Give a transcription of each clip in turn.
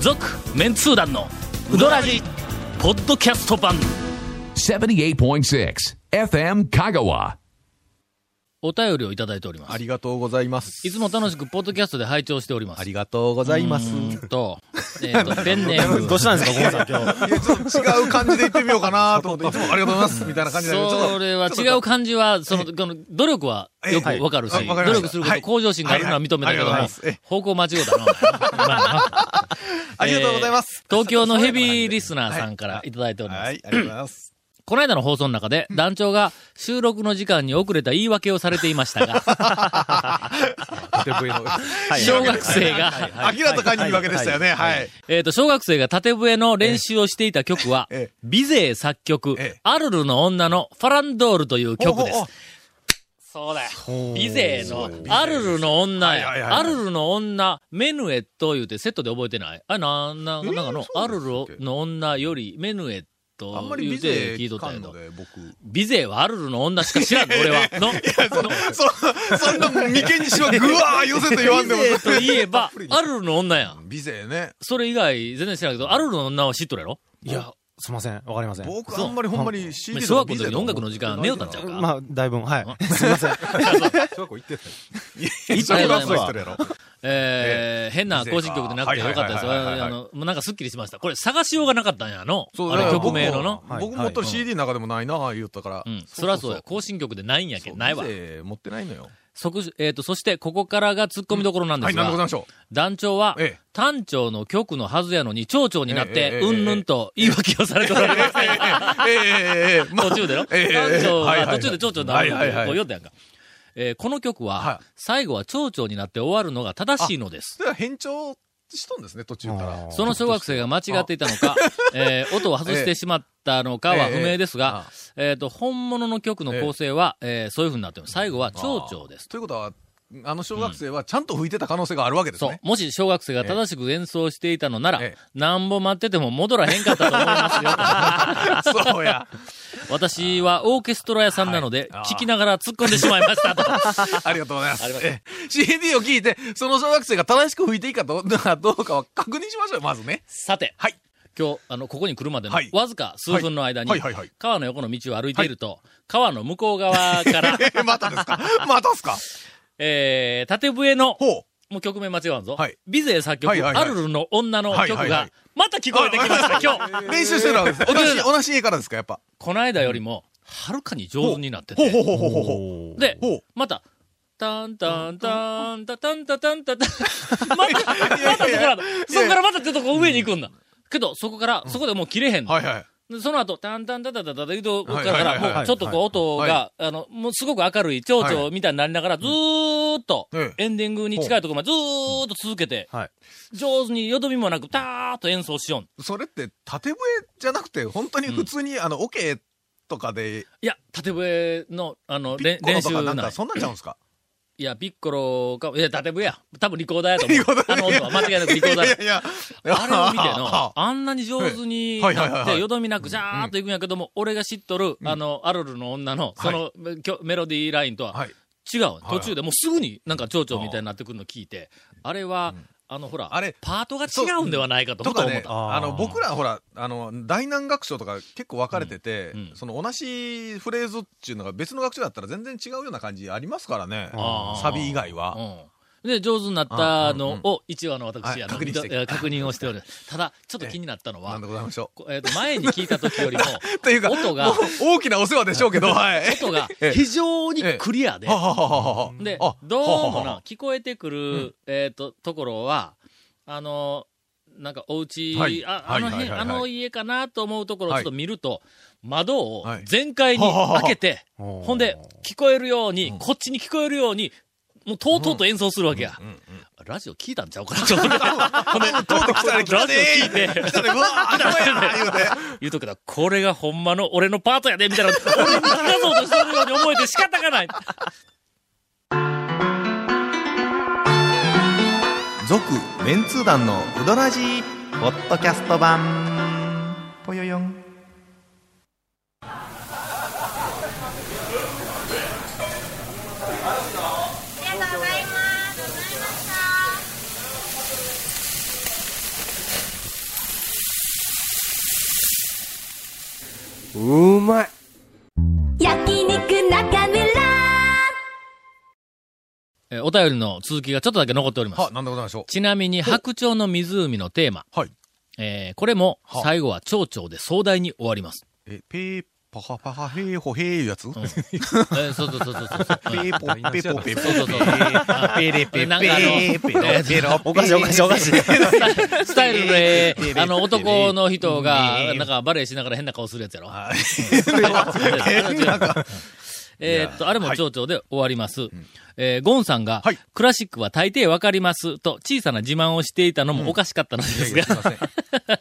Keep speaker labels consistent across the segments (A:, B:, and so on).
A: 続メンツー団のウドラジポッドキャスト版
B: 78.6 FM Kagawa.
A: お便りをいただいておりま
C: あ
A: す
C: りがとうございます。
A: いつも楽しくポッドキャストで拝聴しております
C: ありがとうございます。
A: と、 えっ、と、ペンネーム。
D: どうしたんですか、ゴンさん、今 日。
C: 違う感じで言ってみようかなと思って、いつもありがとうございますみたいな感じで、ちょっ
A: そ
C: と
A: れは違う感じは、その、この努力はよくわかるし、
C: ええあわかり
A: 努
C: ま
A: 力
C: した
A: すること、
C: はい
A: 向上心があるのは認めたけども、
C: はいはいありがとうございますえ
A: 方向間違うだなお前ま あ。
C: ありがとうございます。
A: えー東京のヘビーリスナーさんからいただいております。
C: はい、ありがとうございます。
A: この間の放送の中で、団長が収録の時間に遅れた言い訳をされていましたが、小学生が、
C: 明らかに言い訳でしたよね。はい。
A: えっ、と、小学生が縦笛の練習をしていた曲は、
C: ええ
A: ビゼー作曲、
C: ええ
A: アルルの女のファランドールという曲で
C: おおお
A: す。そうだよ。ビゼーの、アルルの女や、
C: はいはいはい
A: アルルの女、メヌエット言うてセットで覚えてないあ、なん、なんなんかの、アルルの女よりメヌエット
C: あんまり
A: 言
C: ビ
A: う
C: ゼ
A: て
C: ー
A: 聞いと
C: 聞
A: った
C: か
A: んや
C: ん
A: け
C: の
A: ど、
C: で、僕。
A: ビゼーはアルルの女しか知らん、 俺は。の、の
C: そ、そんな眉間にしわぐわー寄せと言わん
A: ビ
C: でも。
A: ゼーといえば、アルルの女やん。
C: ビゼーね。
A: それ以外全然知らんけど、アルルの女は知っとるやろ
D: いや、すみません、わかりません。
C: 僕あんまりほんまに CD
A: 小学校の時の音楽の時間寝よったんちゃうか
D: まあ、だいぶん、はい。すみません。
C: 一
A: 一番
C: 番
A: は
C: は。
A: えー変な公式曲でなくてよかったです。
C: はいはいはいはいはい
A: あの、もうなんかスッキリしました。これ探しようがなかったんやの。
C: そう
A: あ
C: だ
A: の
C: から
A: 曲名のの。
C: 僕も僕もと CD の中でもないな、言ったから。
A: うん。そらそうや。更新曲でないんやけん。ないわ
C: ビ。ゼー持ってないのよ。
A: 即し、えっ、と、そして、ここからが突っ込みどころなんで
C: はい、
A: す
C: なんでご
A: が
C: ざいま、しょ
A: 団長は
C: ええ、
A: 単調の曲のはずやのに、長調になっ
C: えええ
A: て、
C: えええ
A: うんぬんと言い訳をされておられます。
C: う。えええええ え。ま あ
A: 途中だよ。
C: えええ
A: 単
C: え
A: 調
C: はい
A: が
C: はい
A: 途中で蝶々になるの
C: はいはいはい
A: こう言ったやんか。えーこの曲は
C: は、
A: 最後は蝶々になって終わるのが正しいのです。
C: それは変調しとんですね、途中から。
A: その小学生が間違っていたのか、えー音を外してしまったのかは不明ですが、えっ、と、本物の曲の構成は、えーそういう風になってます。最後は蝶々です。
C: ということは、あの小学生はちゃんと吹いてた可能性があるわけです
A: そう
C: ね。。
A: もし小学生が正しく演奏していたのなら
C: ええ、
A: なんぼ待ってても戻らへんかったと思い ますよ。
C: そうや。
A: 私はオーケストラ屋さんなので、
C: はいあー
A: 聞きながら突っ込んでしまいましたと。
C: ありがとうございます。ええ CD を聞いて、その小学生が正しく吹いていいかどうかどうかは確認しましょうよ、まずね。
A: さて、
C: はい
A: 今日、あの、ここに来るまでの、
C: はい
A: わずか数分の間に、
C: はいはいはいはい
A: 川の横の道を歩いていると、川の向こう側 から、
C: えまたですかまたですか
A: えー、縦笛の、
C: ほう。
A: もう曲名間違うんぞ。
C: はい
A: ビゼー作曲、
C: はいはいはい
A: アルルの女の曲が、
C: はいはいはい
A: また聞こえてきました、今日。
C: 練習してるわけです。同じ、同じ家からですか、やっぱ。
A: この間よりも、はるかに上手になってて。
C: ほうほうほうほう。
A: で
C: ほう、
A: また、タンタンタンタタンタタンタタン、また、またそこから、そこからまたちょっとこう上に行くんだ。けど、そこから、そこでもう切れへんの。
C: はいはい。
A: でその後、タンタンタタタタタ言うと、
C: はい
A: だか
C: は
A: ら、
C: いはい
A: もうちょっとこう音が
C: は、
A: あの、もうすごく明るい、蝶々みたいになりながら、ずーっと
C: え、え
A: エンディングに近いところまでずーっと続けて、
D: はい。
A: 上手によどみもなく、たーっと演奏しよう。
C: それって、縦笛じゃなくて、本当に普通に、あの、オケとかで、
A: いや、縦笛の、あの、
C: ピ
A: れん
C: ッコロ
A: 練
C: と
A: 習
C: かなん
A: な
C: か、
A: い。
C: そんなんちゃうんで すか
A: いや、ピッコロか、いや、縦笛や。多分リコーダーやと思
C: リコー
A: う
C: ダ。ー
A: あの音は、間違いなくリコーダー
C: い
A: や
C: や い。やいや。
A: あれを見 て
C: あ
A: の、あんなに上手に
C: はいはいはい
A: なっ
C: は
A: て、
C: い
A: よどみなく、じゃーっと行くんやけども、俺が知っとる、あの、アルルの女の、その、きょメロディーラインとは
C: はい、
A: 違う。途中でもうすぐになんか蝶々みたいになってくるの聞いて、あれは、あの、ほら、
C: あれ
A: パートが違うんではないかと、
C: と
A: ふと
C: か
A: 思っ
C: ね、
A: た。
C: あ
D: あ
C: の、
D: ー
C: 僕らほら、あの、大南楽章とか結構分かれてて、
A: うんうん
C: その同じフレーズっていうのが別の楽章だったら全然違うような感じありますからね
A: あー。
C: サビ以外は。
A: うん。で、上手になったのを、1話の
C: は
A: 私、
C: い
A: あの、
C: 確認して
A: えー確認をしております。ただ、ちょっと気になったの
C: な
A: は
C: んで、ございましょ
A: こえっと、前に聞いた時 よりも、
C: う。というか、
A: 音が
C: もう大きなお世話でしょうけど、 はい。
A: 音が
C: ええ
A: 非常にクリアで
C: は、ははははは
A: で
C: あ、
A: どうも
C: はは
A: な、聞こえてくる、えっと、ところは、あの、なんかお家、
C: はい
A: あ
C: は
A: あ
C: い
A: の
C: はい
A: 辺、
C: はいはい
A: あの家かなと思うところをちょ
C: は
A: っ
C: い
A: と見ると、窓を
C: はい
A: 全開に
C: はははは
A: 開けて、
D: おー
A: ほんで、聞こえるように、こっちに聞こえるように、もうとうとうと演奏するわけや。ラジオ聞いたんちゃうかなと思っ てほんで、
C: とうとう来たね来た
A: ラ
C: ね
A: ジオ聞いて、
C: 来たね、うわー、来たね、言うて。
A: 言うとくけど、これがほんまの俺のパートやで、みたいな、俺に聞かそうとしてるように思えて仕方がない。
E: 続メンツー団のウドラジポッドキャスト版ぽよよん
F: ありがとうございました。
D: うまい。
F: 焼肉中村
A: えーお便りの続きがちょっとだけ残っております。
C: は、なんでございましょう。
A: ちなみに、白鳥の湖のテーマ。
C: はい。
A: えーこれも
C: は、
A: 最後は蝶々で壮大に終わります。
C: え、ペー、パハパハ、ヘーホヘーいうやつ、ペ
A: えーそうそうそうそうそう。
C: ーポ、ペーポ、ペーポ。
A: そうそうそう。ペレペなんかあの、えー
D: おかしいおかしいおかしい。
A: スタイルのええあの、男の人が、なんかバレエしながら変な顔するやつやろ。えーっと、あれも蝶々で終わります。えーゴンさんが
C: はい、
A: クラシックは大抵わかります、と小さな自慢をしていたのもおかしかったのです
C: いやいやすい
A: が、
C: ません。えー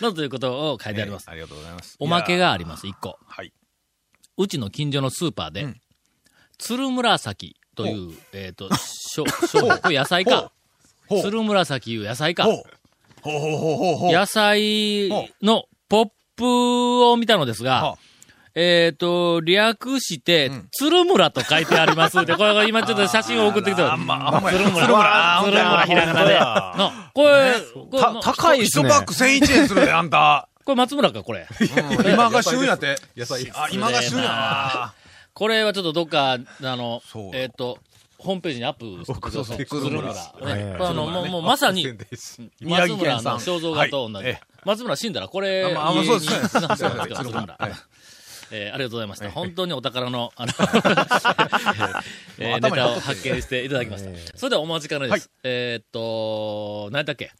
A: のということを書いてあります。
C: ありがとうございます。
A: おまけ
C: いや
A: があります、一個。
C: ー。はい。
A: うちの近所のスーパーで、
C: うん
A: 鶴紫という、えっ、と、しょ、しょ、これ野菜か。
C: ほう
A: 鶴紫いう野菜か
C: ほ。う。ほうほうほうほうほう。
A: 野菜のポップを見たのです
C: は
A: が
C: あ、
A: えっ、と、略して
C: ん、
A: 鶴村と書いてあります。 で、これが今ちょっと写真を送ってきた。
C: あんま、あんまや。
A: 鶴村。鶴
C: あ
A: 村、
C: んま
A: 鶴
C: や
A: 村ひらがなで。の、これ、これ、
D: た、高いです
C: 一
D: ね。
C: パック1001円するで、あんた。
A: これ松村か、これ。
C: うん今が旬やて。野菜。あ、今が旬やな。
A: これはちょっとどっか、あの
C: そう、だ
A: えっ、と、ホームページにアップしてください。
C: そうそう
A: 鶴村。
D: え
A: ね
D: え
A: これあの、もう、もうまさに、
C: 宮
A: 松
C: 城
A: 村
C: 県さん
A: の肖像画と同
C: は
A: じ。
C: いえ
A: 松村死んだらこれ、
C: あまああま
A: 家
C: あ
A: に
C: そうですね
A: なそうな んですよ、
C: そう
A: 松
C: ですね
A: 村
C: はい。
A: えーありがとうございました。本当にお宝の、 あの、えーネタ
C: 頭に残ってる
A: を発見していただきました。それではお待ちかねです。
C: はい
A: えーっと、何だっけ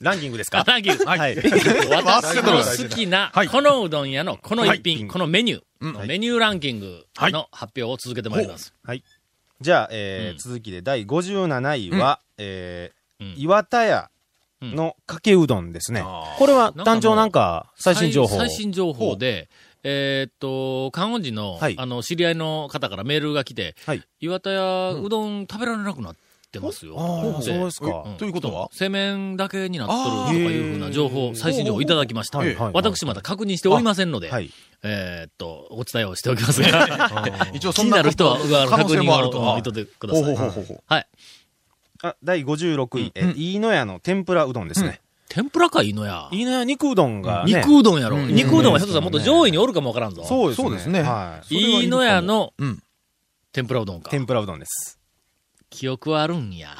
D: ランキングです
A: あ
D: か
A: ランキング。
D: はい。
A: 私の好きな、
C: はい
A: このうどん屋のこの一品、
D: はい
A: このメニューの
D: うん
A: メニューランキング
C: はい
A: の発表を続けてまいります。
D: じゃあ、えー
A: うん
D: 続きで第57位は、え
A: う
D: ー
A: ん
D: 岩田屋のかけうどんですね。
C: あー
D: これは団長なんか最新情報。
A: 最最新情報で、えーっと、看護師の、
D: はい
A: あの、知り合いの方からメールが来て、
D: はい
A: 岩田屋、うどん食べられなくなってますよ。
D: ああ、そうですか。
A: ん
C: ということは
A: 製麺だけになっとるとかいうふうな情報、最新情報いただきました。
D: はいはいはい
A: 私まだ確認しておりませんので、
D: はい。
A: えーっと、お伝えをしておきますが、
C: 一応
A: 気
C: そ
A: に
C: ん
A: な
C: な
A: る人は、あ
C: こと
A: の
C: 可能
A: 確
C: 性
A: 認
C: もある
A: を
C: と
A: 見。とってくだ
C: ほ
A: さ
C: うほう
A: い。
C: ほうほうほう。
A: はい。
D: あ第56位、えー飯野屋の天ぷらうどんですね。
A: 天ぷらかいいのや。
D: 飯野屋肉うどんが、ね。
A: 肉うどんやろ。
C: うん
A: 肉うどんはひょっとしたらもっと上位におるかもわからんぞ。
D: そうですね。
C: そうですね
D: はい。
A: 飯野屋の
C: うん
A: 天ぷらうどんか。
D: 天ぷらうどんです。
A: 記憶はあるんや。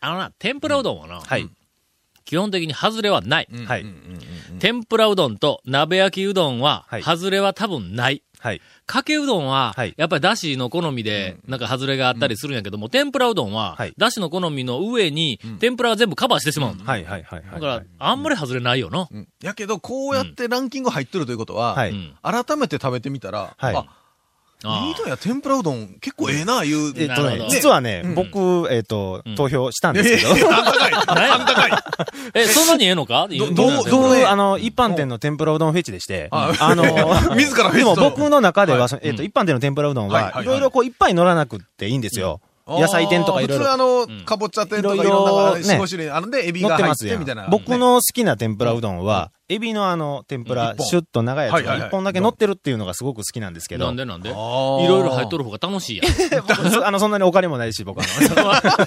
A: あのな、天ぷらうどんはな、
D: はい。
A: 基本的に外れはない。
D: はい。
A: 天ぷらうどんと鍋焼きうどんは
D: は、い
A: 外れは多分ない。
D: はい。
A: かけうどんは
D: はい、
A: やっぱりだしの好みで、なんか外れがあったりするんやけども、天ぷらうどんは
D: はい、
A: だしの好みの上に、天ぷらは全部カバーしてしまうの。
D: はい。はい。はい。は
A: だ
D: い。
A: から、あんまり外れないよな。
C: うんやけど、こうやってランキング入ってるということは、
D: はい
A: うん
C: 改めて食べてみたら、
D: はい
C: あ、
A: ああ
C: ミートや天ぷらうどん結構ええな、いう。
D: えっと
A: なるほ
D: ね
A: ど、
D: 実はね、僕、えっと、投票したんですけど、
A: なん高い。え、そんなにええのかど
C: どうどう
D: 僕、あの、一般店の天ぷらうどんフェチでして、
C: あ、
D: あの
C: 自らフェチと
D: でも僕の中では、そのえっ
A: う
D: と、
A: ん
D: 一般店の天ぷらうどん
C: はいはいは
D: は、
C: い
D: いろいろこう、いっぱい乗らなくていいんですよ。野菜店とかいろい
C: 普通
D: ろ
C: あの、かぼちゃ店とかい
D: いろいろ
C: ろんな
D: ね
C: 4、5種類あるんで、エビ
D: 乗
C: が
D: って
C: 入っ
D: ます
C: て
D: やん
C: みたいな。
D: 僕
C: ね、
D: の好きな天ぷらうどんは、エビのあの、天ぷ
C: う
D: ら
C: ん、一本
D: シュッと長いやつ
C: はい
D: が
C: はいはい
D: 一本だけ乗ってるっていうのがすごく好きなんですけど、
A: なんでなんでい
C: い
A: ろいろ入っとる方が楽しいやん。
D: 僕あの、そんなにお金もないし、僕あの、
C: る。だ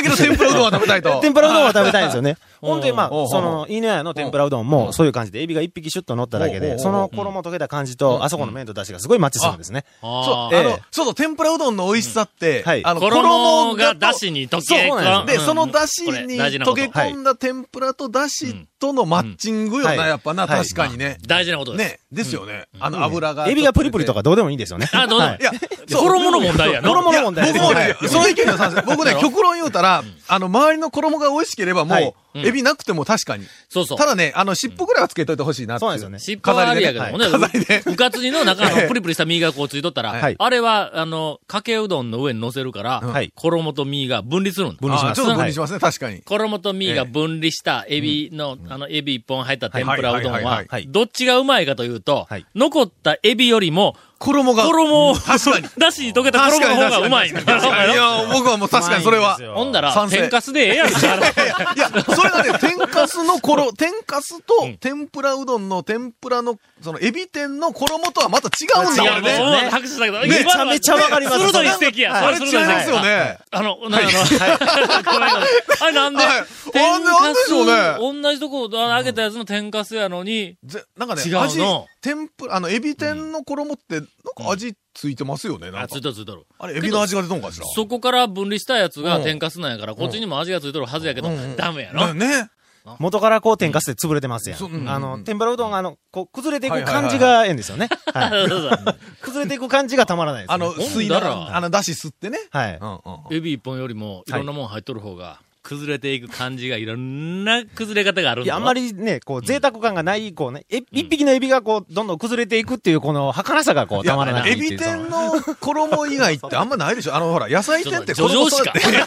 C: けど天ぷらうどんは食べたいと。
D: 天ぷらうどんは食べたいんですよね。ほんで、まあ
C: おう、
D: その、犬屋の天ぷらうどんも、そういう感じで、エビが一匹シュッと乗っただ
C: お
D: け
C: うおうおう
D: で、その衣溶けた感じと、あそこの麺と出汁がすごいマッチするんですね。
C: そ
A: あ
C: う、
A: ー
C: あ
D: ええ
C: の、そうそう、天ぷらうどんの美味しさって、
D: はい
C: あの、
A: 衣が
C: と
A: だしに溶け
D: そうなん
A: 込
C: で、
A: ん
C: そのだし
A: これ
C: に
A: 大事なこ
C: 溶
A: と
C: け込んだ天ぷらとだしとのマッチングよ
D: うんうん
C: な、
D: はい
C: やっぱな、
D: はい
C: 確かにね。
A: 大事なことです。
C: ね、ですよね。あの、油が。
D: エビがプリプリと。かどうでもいいんですよね。
A: あ、どう
D: は
A: だ
D: い
C: いや、そう
A: 衣の問題やな。
D: 衣の問題
C: 僕もね、その意見の賛成。僕ね、
A: ろ
C: 極論言うたら、あの、周りの衣が美味しければ
D: は
C: も、
D: いう
A: うん
C: エビなくても確かに。
A: そうそう
C: た。だね、あの、尻尾ぐらいはつけといてほしいなってい
D: そうなんですよね
A: 尻尾はありやけどもね、
C: 飾りで
A: ううかつにの中
C: え
A: の
C: え
A: プリプリした身がこうついとったら、
D: はい
A: あれは、あの、かけうどんの上に乗せるから、
D: はい
A: 衣と身が分離するんだ。
D: 分離し
C: あ
D: ま
C: ち
D: す。
C: ょっと分
D: は
C: 離
D: い
C: しますね、確かに。
A: 衣と身が分離したエビの、あの、エビ一本入った天ぷらうどん
C: はいはいは
A: はい
C: はい、
A: どっちがうまいかというと、
D: はい
A: 残ったエビよりも、
C: 衣が。
A: 衣を、
C: 確かに。
A: だしに溶けた衣の方がうまい。
C: 確かにいや、僕はもう確かにそれは。
D: うまいんですよ
A: ほんだら、
C: 賛成
A: 天かすでええやん。
C: いや、それがね、天かすの衣、天かすと
A: うん
C: 天ぷらうどんの天ぷらの、その、エビ天の衣とはまた違うんだ
A: 違
C: よ
A: う、もう
C: ね。
A: 思わず拍手したけど、
D: めちゃめちゃわかります。
A: 鋭い指摘や。
C: あれ違いますよ
A: ね。
C: ね。
A: あの、なあの、 ごめんごめんあれなんで
C: はい
A: 天
C: あれなん
A: か
C: でしょうね
A: す、同じとこあの揚げたやつの天かすやのに、
C: ぜなんかね
A: 違う、の
C: 味、天ぷら、あの、エビ天の衣って、なんか味ついてますよね、なん
A: あ、
C: か
A: つい。とるついとる。
C: あれ、エビの味が出たのかしら。
A: そこから分離したやつが
C: うん
A: 天かすなんやから、こっちにも味がついとるはずやけど、ダメやろ
C: な。ね。
D: 元からこう天かすで潰れてますやん。
C: そううん
D: あの、天ぷらうどんがあの、こう崩れてい
C: はい
D: く
C: はいはいはい
D: 感じがええんですよね。はい
A: そ うそうそう
D: 崩れていく感じがたまらないです、ね。
C: あの、
A: ほんだら
C: 吸いながら、あの、だし吸ってね。
D: はい。
C: んうん。
A: エビ一本よりもいろんなもん入っとる方が、崩れていく感じがいろんな崩れ方があるん
D: い
A: だ
D: や、
A: ろ
D: あんまりね、こう、贅沢感がない、こうね、え一匹のエビがこう、どんどん崩れていくっていう、この、儚さがこう、
C: い
D: たまら
C: や、
D: ない
C: エ
D: ってい
C: ビ
D: う。その
C: 天の衣以外ってあんまないでしょ。あの、ほら、野菜
A: ちょ
C: 天
A: っ
C: って
A: と叙情
C: 衣
A: し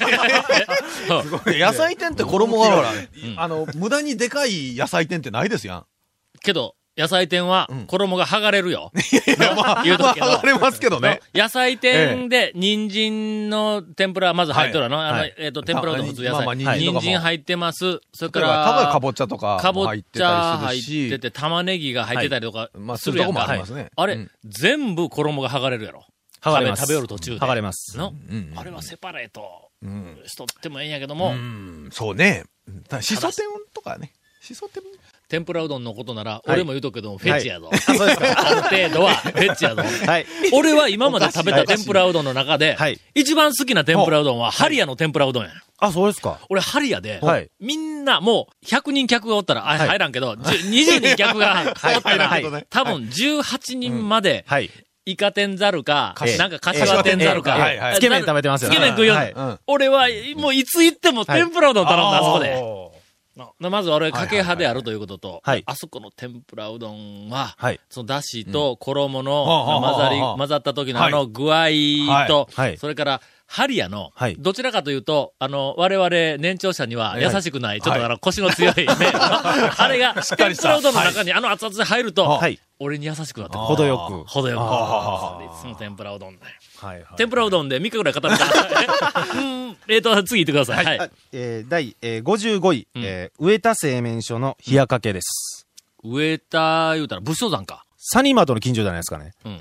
A: か。
C: 野菜店って衣がほら、
A: ん
C: あの、無駄にでかい野菜店ってないですやん。
A: けど、野菜店は
C: ん
A: 衣が剥がれるよ。
C: いや、まあ、
A: 言うと
C: ま
A: く
C: あ、
A: けど
C: 剥がれますけどね。
A: 野菜店で、人参の天ぷら、まず入っとるの。あの、えっと、天ぷらうどん普通野
C: まあまあ人参
A: 菜。
C: とかも
A: 人参入ってます。それか
C: 例えば、ただ
A: ら、
C: かぼちゃとか
A: か
C: も
A: ぼ
C: 入っ
A: ち
C: て
A: ゃ
C: た
A: 入
C: り
A: っ
C: する
A: てて、
C: し、
A: 玉ねぎが入ってたりとか
C: いまあ、
A: するやん
C: するとこも
A: か。
C: ありますね
A: あ
C: う
A: れ
C: ん、
A: 全部衣が剥がれるやろ。
D: 剥がれま
A: 食べ
D: す
A: 食べよる途中で。
D: 剥がれます。
A: の
C: うん
A: あれはセパレート
C: ん
A: しとってもええんやけども、
C: うん、そうね。ただしそ天とかね。しそ天
A: 天ぷらうどんのことなら、
D: い
A: 俺も言うとくけども、フェチやぞ。
D: あそうで すか。
A: ある程度は、フェチやぞ。
D: はい。
A: 俺は今まで食べた天ぷらうどんの中で
D: はい、
A: 一番好きな天ぷらうどんは、ハリヤの天ぷらうどんや。
D: あ、そうですか。
A: 俺、ハリヤで
D: はい、
A: みんなもう、100人客がおったら、あ入らんけど、じゅ20人客がおった
D: は
A: ら
D: いはい、
A: 多分18人まで、
D: はい。
A: イカ天ざるか
D: かし、
A: なんか柏天ざる
D: ええええ
A: か
D: はいはい、つけ麺食べてますよ
A: つけ麺食うよ
D: はい
C: うん。
A: 俺は、もういつ行っても天ぷらうどん頼んだ、あそこで。
D: おー
A: なまず俺、かけ派であるということと、
D: はい
A: あそこの天ぷらうどんは、
D: はい
A: そのだしと衣
C: はあ
A: の
C: はあ
A: 混ざり、
C: はあ
A: 混ざった時の
C: はい
A: あの具合と、
D: はいはい
A: それから、ハリアの、
D: はい
A: どちらかというと、あの、我々年長者には優しくない、ちょっ
C: は
A: と
C: い
A: あの、腰の強いね、あれが、
C: かり
A: 天
C: し
A: ぷ
C: た
A: らうどんの中にあの熱々で入ると、
D: はい
A: 俺に優しくなってくる
D: 程よく。
A: 程よく。い
C: あ
A: つも天ぷらうどんだよ。
D: はいはい
A: 天ぷらうどんで3日ぐらい語るから。うんえっと、次行ってください。は
D: あ
A: い。
D: えー第、えー、55位、えー、植田製麺所の冷やかけです。
A: 上田言うたら、武将山か。
D: サニーマートの近所じゃないですかね。
A: うん。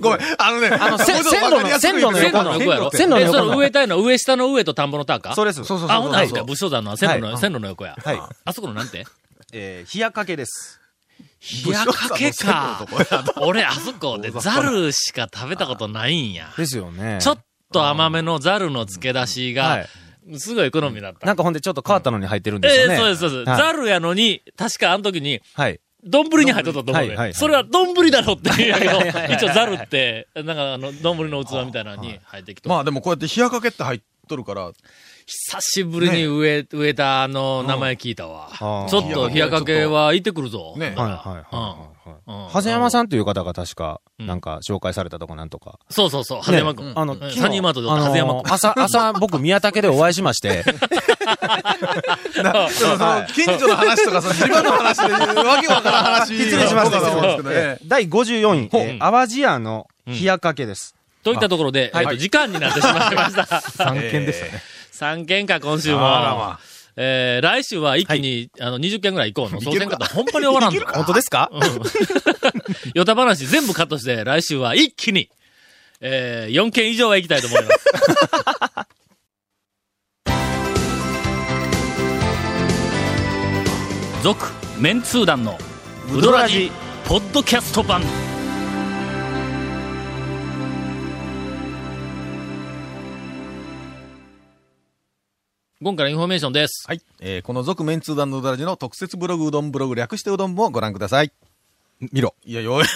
C: ごめん、あのね、あ
D: せ線路の、線路の
A: 線路
D: 横
A: の
D: の。
A: 横やろ。
D: 線路の
A: えそ
D: 横
A: の
D: の。
A: 上田の上、下の上と田んぼの田か
D: そうです。
C: そうそうそうそう。
A: あ、ほんならです
C: そ
A: か。
C: う
A: 武将山のは線路の、
D: はい
A: 線路の横や。
D: はい
A: あそこのなん て
D: えー、冷やかけです。
A: 冷やかけか
C: 武将山の線路のと。
A: 俺、あそこでザルしか食べたことないんや。
D: ですよね。
A: ちょっと甘めのザルの漬け出し
D: は
A: が
D: い、
A: すごい好みだった。
D: なんかほんでちょっと変わったのに入ってるんです
A: え
D: よね。
A: え、そうです、そうです。
D: はい
A: ザルやのに、確かあの時に、
D: はい。
A: 丼に入っとったと思う
D: はいはいは
A: ね。
D: い
A: それは丼だろって言うんや
D: はい
A: け
D: はい
A: ど、
D: はい
A: 一応ザルって、なんかあの、丼の器みたいなのに入ってきて。
C: まあでもこうやって冷やかけって入っとるから、
A: 久しぶりに植え、植えたの名前聞いたわ。
D: あー
A: ちょっと冷やかけは行ってくるぞ。
C: ね
A: だ
D: はい
A: か
D: はい
A: ら
D: はいは
A: うん
D: い。
A: うん
D: 長谷山さんという方が確か、
A: うん
D: なんか紹介されたとこなんとか。
A: そうそうそう、長谷山くん。
D: あの、
A: うん
D: 昨日
A: サニーマートで長谷山
D: あの朝、朝僕宮武でお会いしまして、
A: くん。
C: その近所の話とか、その自分の話で、わけわからん話。
D: 失礼しました
C: そうだと思うんですけどね
D: 第54位、え
A: うん
D: ー、淡路屋の冷やかけです。
A: といったところで、えっと、時間になってしまいました。
D: 3件でしたね。
A: 3件か、今週
C: あら
A: も
C: ま。
A: えー、来週は一気に、あの、20件ぐらい行こうの。
C: い
A: 当
C: ける
A: 選
C: か
A: 方、本当に終わらんの。
D: 本当ですか
A: うん ヨタ話全部カットして、来週は一気に、えー、4件以上は行きたいと思います。 続、メンツー団の、ウドラジ、ポッドキャスト版。今回のインフォメーションです。
C: はい。えーこの続メンツー団のうだらじの特設ブログうどんブログ略してうどんもご覧ください。見ろ。いや、よ、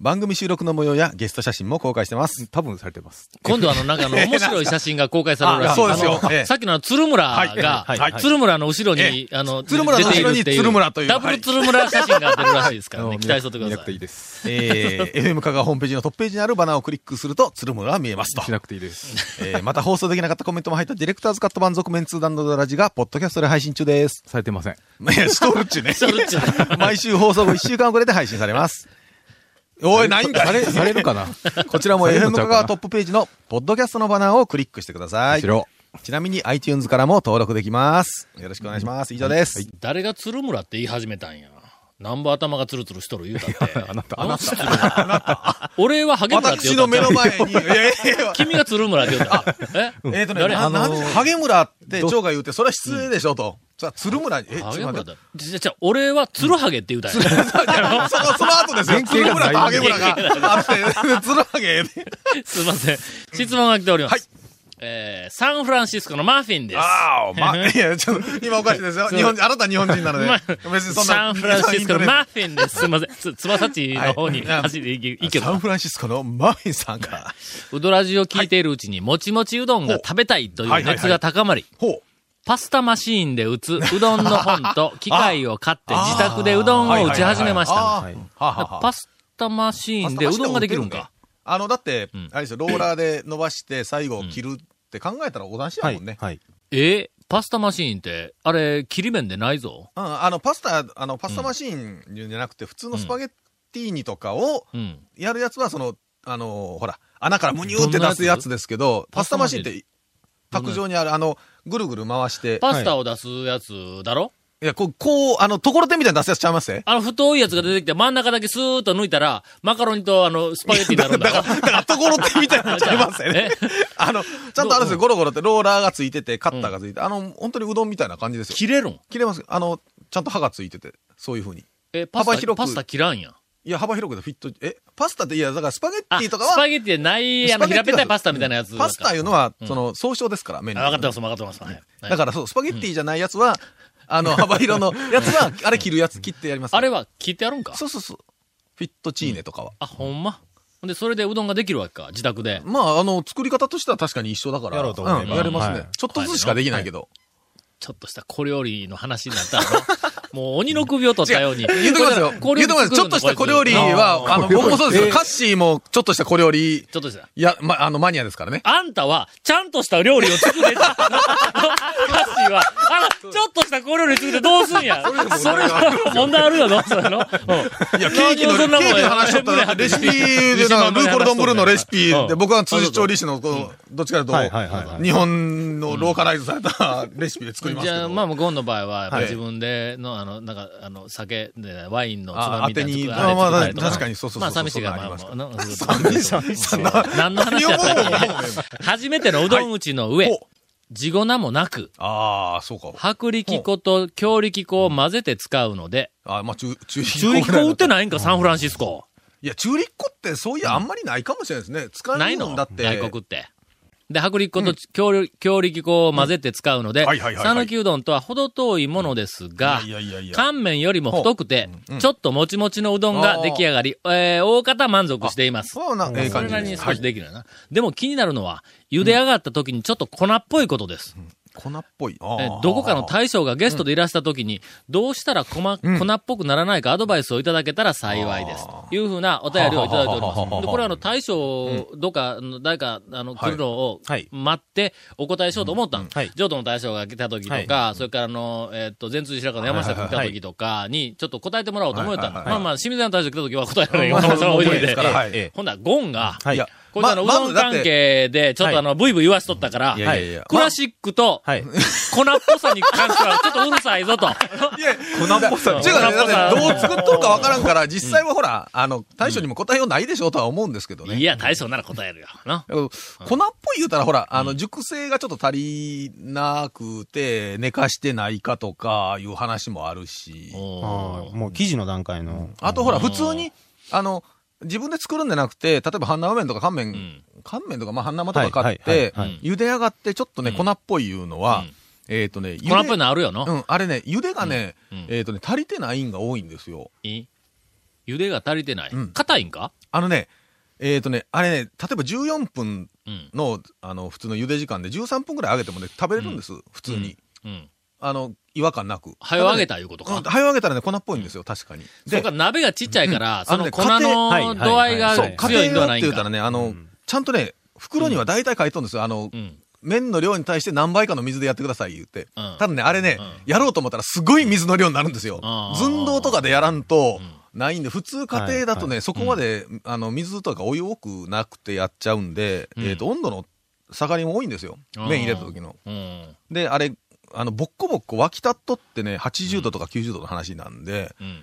C: 番組収録の模様やゲスト写真も公開してます。多分されてます。
A: 今度あの、なん かあの、面白い写真が公開されるらしい。
C: あそうですよ
A: あの
C: ええ
A: さっきのあの鶴村が、
C: はいはいはい
A: 鶴村の後ろ
C: え
A: に、あの、
C: 鶴村の後ろに
A: 出てるって
C: 鶴村という
A: ダブル鶴村写真が出るらしいですから
C: あ
A: ね。
C: の
A: 期待しとってく
C: 見
A: だ
C: なく
A: さ
C: てい
A: い。
C: いです。えー FM 香川ホームページのトップページにあるバナーをクリックすると、鶴村は見えますと。しなくていいです。えーまた放送できなかったコメントも入ったディレクターズカット版続面通談のドラジが、ポッドキャストで配信中 です。されてません。いや、しとるっちゅうね。
A: しとるっちゅう
C: 毎週放送後1週間遅れで配信され ます。おい、ないんかされ、されるかな こちらも FM 香川トップページの、ポッドキャストのバナーをクリックしてください。ちなみに iTunes からも登録できます。よろしくお願いします。以上です。
A: 誰が鶴村って言い始めたんや。なんぼ頭がツルツルしとる言うたって。 あなた、あなた。 俺はハゲ村って
C: 私
A: 言
C: の
A: うた
C: 目
A: んちゃ
C: の
A: う。
C: 前に、いやいやいや
A: 君が鶴村って言うたん。え
C: えっとね、
A: 誰
C: ななんでしょう、ハゲムラってで、長が言うて、それは失礼でしょと。さあ、鶴村に、え、ちょっ
A: ハ
C: と
A: ゲ
C: 待
A: 村
C: って。
A: だ。じゃ、じゃ、俺はツルハゲって言うたんや。
C: その、その後ですよ。鶴村とハゲ村があって、鶴 ハゲ。
A: すいません。質問が来ております。
C: はい
A: えー、サンフランシスコのマフィンです。
C: ああ、ま、いや、ちょっと、今おかしいですよ。
A: そう
C: 日本人、あなた日本人なので
A: ま。
C: 別にそんな。
A: サンフランシスコの
C: マ
A: マフィンです。すいません。つ、つばさちの方に走っていけ、いけ
C: サン
A: ど、
C: フランシスコのマフィンさんか。
A: うどらじを聞いているうちに、もちもちうどんが食べたいという熱が高まり、
C: ほ
A: パスタマシーンで打つうどんの本と機械を買って自宅でうどんを打ち始めま
C: う。
A: した。
C: ああ、は
A: だ
C: は
A: から
C: は。
A: パスタマシーンでうどんができるんか。
C: あの、だって
A: うん、
C: あれですよ、ローラーで伸ばして最後切るって考えたら同じやもんね。
D: はい。
A: えーパスタマシーンって、あれ、切り麺でないぞ。
C: うん、あの、パスタ、あの、パスタマシーンじゃなくて、普通のスパゲッティーニとかを
A: うん。
C: やるやつは、その、あの、ほら、穴からムニューって出すやつですけど、
A: どんなやつ
C: パスタマシーンって、
A: どんなやつ
C: 卓上にある、あの、ぐるぐる回して、
A: パスタを出すやつだろ、
C: いや、こう、こう、あの、ところてんみたいに出すやつちゃいますね。
A: あの、太いやつが出てきて、真ん中だけスーッと抜いたら、マカロニと、あの、スパゲッティになるんだろ
C: だから、ところてんみたいなのちゃいますよね
A: え。
C: あの、ちゃんとあるんですよ、ゴロゴロってローラーがついてて、カッターがついて、あの、本当にうどんみたいな感じですよ。
A: 切れるん
C: 切れます。あの、ちゃんと刃がついてて、そういうふうに。
A: え、パス
C: 幅
A: タ、
C: 広く
A: パスタ切らんやん。
C: いや、幅広くてフィット、え、パスタって、いや、だからスパゲッ
A: あ、
C: ティとか
A: スパ
C: は、
A: ゲッティでない、あの、
C: スパゲ
A: 平
C: ッテ
A: べっ
C: ィ
A: たいパスタみたいなやつ。
C: パスタいうの
A: は。
C: は、その、総称ですから、メニュー。
A: 分かってます、分かってます。はい。、
C: だからら、そう、スパゲッティじゃないやつは、あの、幅広のやつは、あれ切るやつ切ってやります。
A: あれは切ってやるんか
C: そうそうそう。フィットチーネとかは。
A: あ、ほんま。ほんで、それでうどんができるわけか、自宅で。
C: まあ、あの、作り方としては確かに一緒だから。
D: やろうと思えば
C: んやれますね、
D: はい
C: ちょっとずつしかできないけど。
A: ちょっとした小料理の話にな ったら、もう鬼の首を取ったように。
C: 言うときますよ。
A: これ
C: 言うときますよ。ちょっとした小料理。
A: これ作るのこいつ
C: は、あの、僕もそうですよ。カッシーも、ちょっとした小料理、
A: ちょっとした。
C: いや、ま、あの、マニアですからね。
A: あんたは、ちゃんとした料理を作れた。カッシーは、あら、ちょっとした小料理作ってどうすんや。それ問題あるよ、どうすんの。うん
C: いや、ケーキの、ケーキの話しとったら、レシピで、なんか、ルーコルドンブルーのレシピで、僕は通常調理師の、このどっちかと
D: は
C: いう
D: いはい
C: と、
D: はいはい。
C: 日本のローカライズされたレシピで作ります
A: じ
C: け
A: ゃあ、
C: ど。
A: まあ、ゴンの場合は、やっぱ
C: はい
A: 自分での、あの、なんか、あの、酒で、ワインのつ
C: あ
A: まみみたいなの作
C: 当てに
A: あれ作ったりと
C: まあまあ確かにそうそうそう
A: まあ、寂しいが、
C: そういうのあり
A: ま
C: ます
A: あ、
C: か
A: まあ、寂しい。何の話やった
C: 何をもうもうも
A: っけ初めてのうどん打ちの上
C: はいほ、
A: 地粉もなく、
C: ああ、そうか。
A: 薄力粉と強力粉を混ぜて使うので、
C: あまあ、中、中力
A: 中力粉売って
C: い。
A: ないんか、サンフランシスコ。
C: いや、中力粉って、そういや、あんまりないかもしれないですね。使え
A: ない
C: もん
A: の
C: だって。
A: 外国って。で、薄力粉と強力強力粉を混ぜて使うので、
C: んはいはいはいはい
A: 讃岐うどんとは程遠いものですが
C: いやいやいやい、や
A: 乾麺よりも太くて、ちょっともちもちのうどんが出来上がり、えー大方満足しています。
C: そうな、ええ
A: それ
C: 感じ
A: なり
C: で
A: に
C: す。
A: 少しできるよな、でも気になるのは、茹で上がった時にちょっと粉っぽいことです。
C: 粉っぽい。
A: え
C: ああ
A: どこかの大将がゲストでいらした時に、どうしたら粉,、粉っぽくならないかアドバイスをいただけたら幸いです。というふうなお便りをいただいております。
C: はははは
A: で、これはあの、大将、どっか、あの誰か、あの、来るのを
D: はい
A: 待ってお答えしようと思ったの。
D: はい
A: 譲渡の大将が来た時とか、それからあの、えっと、全通白川の山下君来た時とかに、ちょっと答えてもらおうと思ったの。
C: はいはい
A: まあまあ、清水屋の大将来た時は答えられ
C: ま
A: な
C: あ
A: い。
C: まあ
A: それは置いとい
C: まあ
A: て
C: まあまあはい。
A: ええほんならゴンが、
D: はい
C: いや、
A: こいつあの、うどん
C: だっ
A: 関
C: て
A: 係で、ちょっとあの、ブイブイ言わしとったから、
C: いやいやいや
A: クラシックと、
D: はい。
A: 粉っぽさに関しては、ちょっとうるさい ぞと。
C: いや、粉っぽ
A: さ
C: 違うね、だって
A: 粉っぽ
C: ど
A: さ
C: う作っとるかわからんから、実際はほら、あの、大将にも答えようないでしょうとは思うんですけどね。
A: いや、大将なら答えるよ。な。
C: だけど粉っぽい言うたら、ほら、あの、熟成がちょっと足りなくて、寝かしてないかとかいう話もあるし、
D: あーもう記事の段階の。
C: あとほら、普通に、あの、自分で作るんじゃなくて、例えば半生麺とか乾麺、
A: ん
C: 乾麺とか、まあ、半生とか買っ
D: はいはい
C: て
D: はい
A: はい、
C: 茹で上がってちょっとね、粉っぽいいうの
A: う
C: は
A: ん、
C: えっとね、
A: 粉っぽい
C: な
A: のあるよな。
C: うん、あれね、茹でがね
A: うんうん、
C: えっとね、足りてないんが多いんですよ。
A: いい茹でが足りてない
C: うん。
A: 硬いんか
C: あのね、えっ、とね、あれね、例えば14分
A: うん。
C: の、あの、普通の茹で時間で13分ぐらい揚げてもね、食べれるんです、普通に。
A: うん。
C: あの、違和感なく。
A: 早揚げ
C: た
A: たいうこと
C: うん、
A: か。
C: 早揚げたらね、粉っぽいんですよ、確かに。
A: それから鍋がちっちゃいから、そ
C: あ
A: の
C: のね
A: 粉
C: 家
A: の
D: 庭
A: 度合いが
C: そう、家
A: 強いんでは
C: 庭用
A: な
C: って
A: いん
C: 言った。
A: から
C: ね、あの、ちゃんとね、袋には大体書いとるんですよ。あの、
A: うん。
C: 麺の量に対して何倍かの水でやってください言って。
A: うん
C: ただね、あれね、
A: う
C: やろうと思ったらすごい水の量になるんですよ
A: あ。ー
C: 寸胴とかでやらんと、ないんで、普通家庭だとね、そこまで、あの、水とかお湯多くなくてやっちゃうんで、
A: ん
C: えっ、と、温度の下がりも多いんですよ。
A: あー
C: 麺入れた時の。
A: うん。
C: で、あれ、あの、ボッコボッコ沸き立っとってね、80度とか90度の話なんで、
A: うん。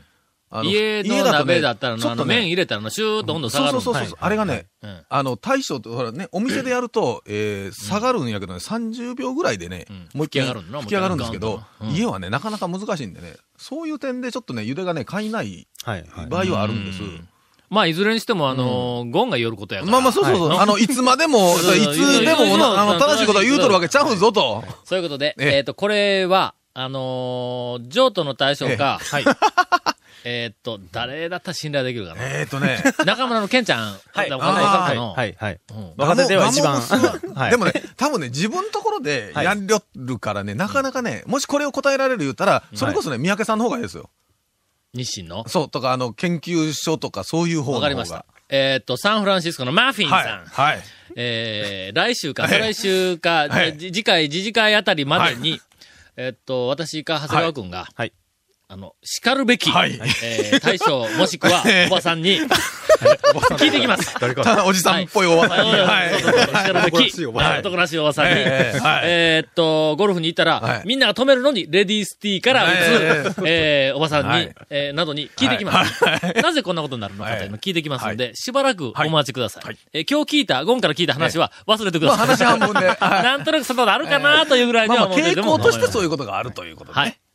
C: あの
A: 家の
C: だとね
A: 鍋だったら
C: ち
A: の、
C: ょ
A: あ
C: っ
A: の、
C: とね
A: 麺入れたらの、シューッと温度下
C: そ
A: が
C: う
A: る
C: そ
A: の。
C: うそうそう、あれがね、
A: うん
C: あの、大将と、ほらね、お店でや ると、えー下がるんやけどね、30秒ぐらいでね、
A: うん
C: もう一
A: 吹き
C: 回
A: 上がるんだな
C: 吹き上がるんですけど、
A: もう一回ガンガンうん
C: 家はね、なかなか難しいんでね、そういう点でちょっとね、茹でがね、買いない
D: はい。
C: 場合はあるんです。
A: うんまあ、いずれにしても、あのー、ゴンが寄ることやから。
C: まあまあ、そうそうそう、
A: はい
C: あの、いつまでも、い
A: そうそう
C: つでも
A: いつでも
C: な、あの、正しいことは言うとるわけちゃうんぞと。
A: そういうことで、
C: ええ
A: えっ、と、これは、あのー、譲渡の対象か、はい。 えっと、誰だったら信頼できるかな。
C: えーっ とね、
A: 中村のケンちゃん、
D: はい
A: 若手
C: あー
A: さ
D: は
A: ん
D: い。
A: の、
D: はい。はい。
A: うん
D: 若手では一番
C: 摩 耗
D: はい
C: でもね、多分ね、自分のところでやりょるからね、なかなかね、もしこれを答えられる言うたら、それこそね、三宅さんの方がいいですよ。
A: 日清の。
C: そう、とか、あの、研究所とか、そういう方
A: わ
C: の方が。
A: かりました。えっ、と、サンフランシスコのマーフィンさん。
C: はい。はい。
A: えー、来週か、再来週か、
C: はい
A: じ次回、次次回あたりまでに、えっと、私か長谷川くんが、
D: はい
A: あの、叱るべき、
C: はい
A: えー、大将、もしくは、おばさんに、聞いてきます。
G: 誰か。
C: ただおじさんっぽいおばさんに。はい。
A: そうそうそう叱るべ
G: 男らし
A: き、
G: いおばさん
A: はい男らしいおばさんに、
C: ええはい
A: えーっと、ゴルフに行ったら、
C: はい
A: みんなが止めるのに、レディースティーから打つ、えーおばさんに、
C: はい
A: えーなどに聞いてきます、なぜこんなことになるのかというのを聞いてきますので、しばらくお待ちください。えー今日聞いた、ゴンから聞いた話は忘れてくだ
C: まあ
A: さい。
C: 話半分で。はい
A: なんとなくそんなのあるかなというぐらいに
C: まあ
A: は
C: まあ
A: 思って
C: 傾
A: ても
C: 向としてそういうことがあるということで。
A: はい。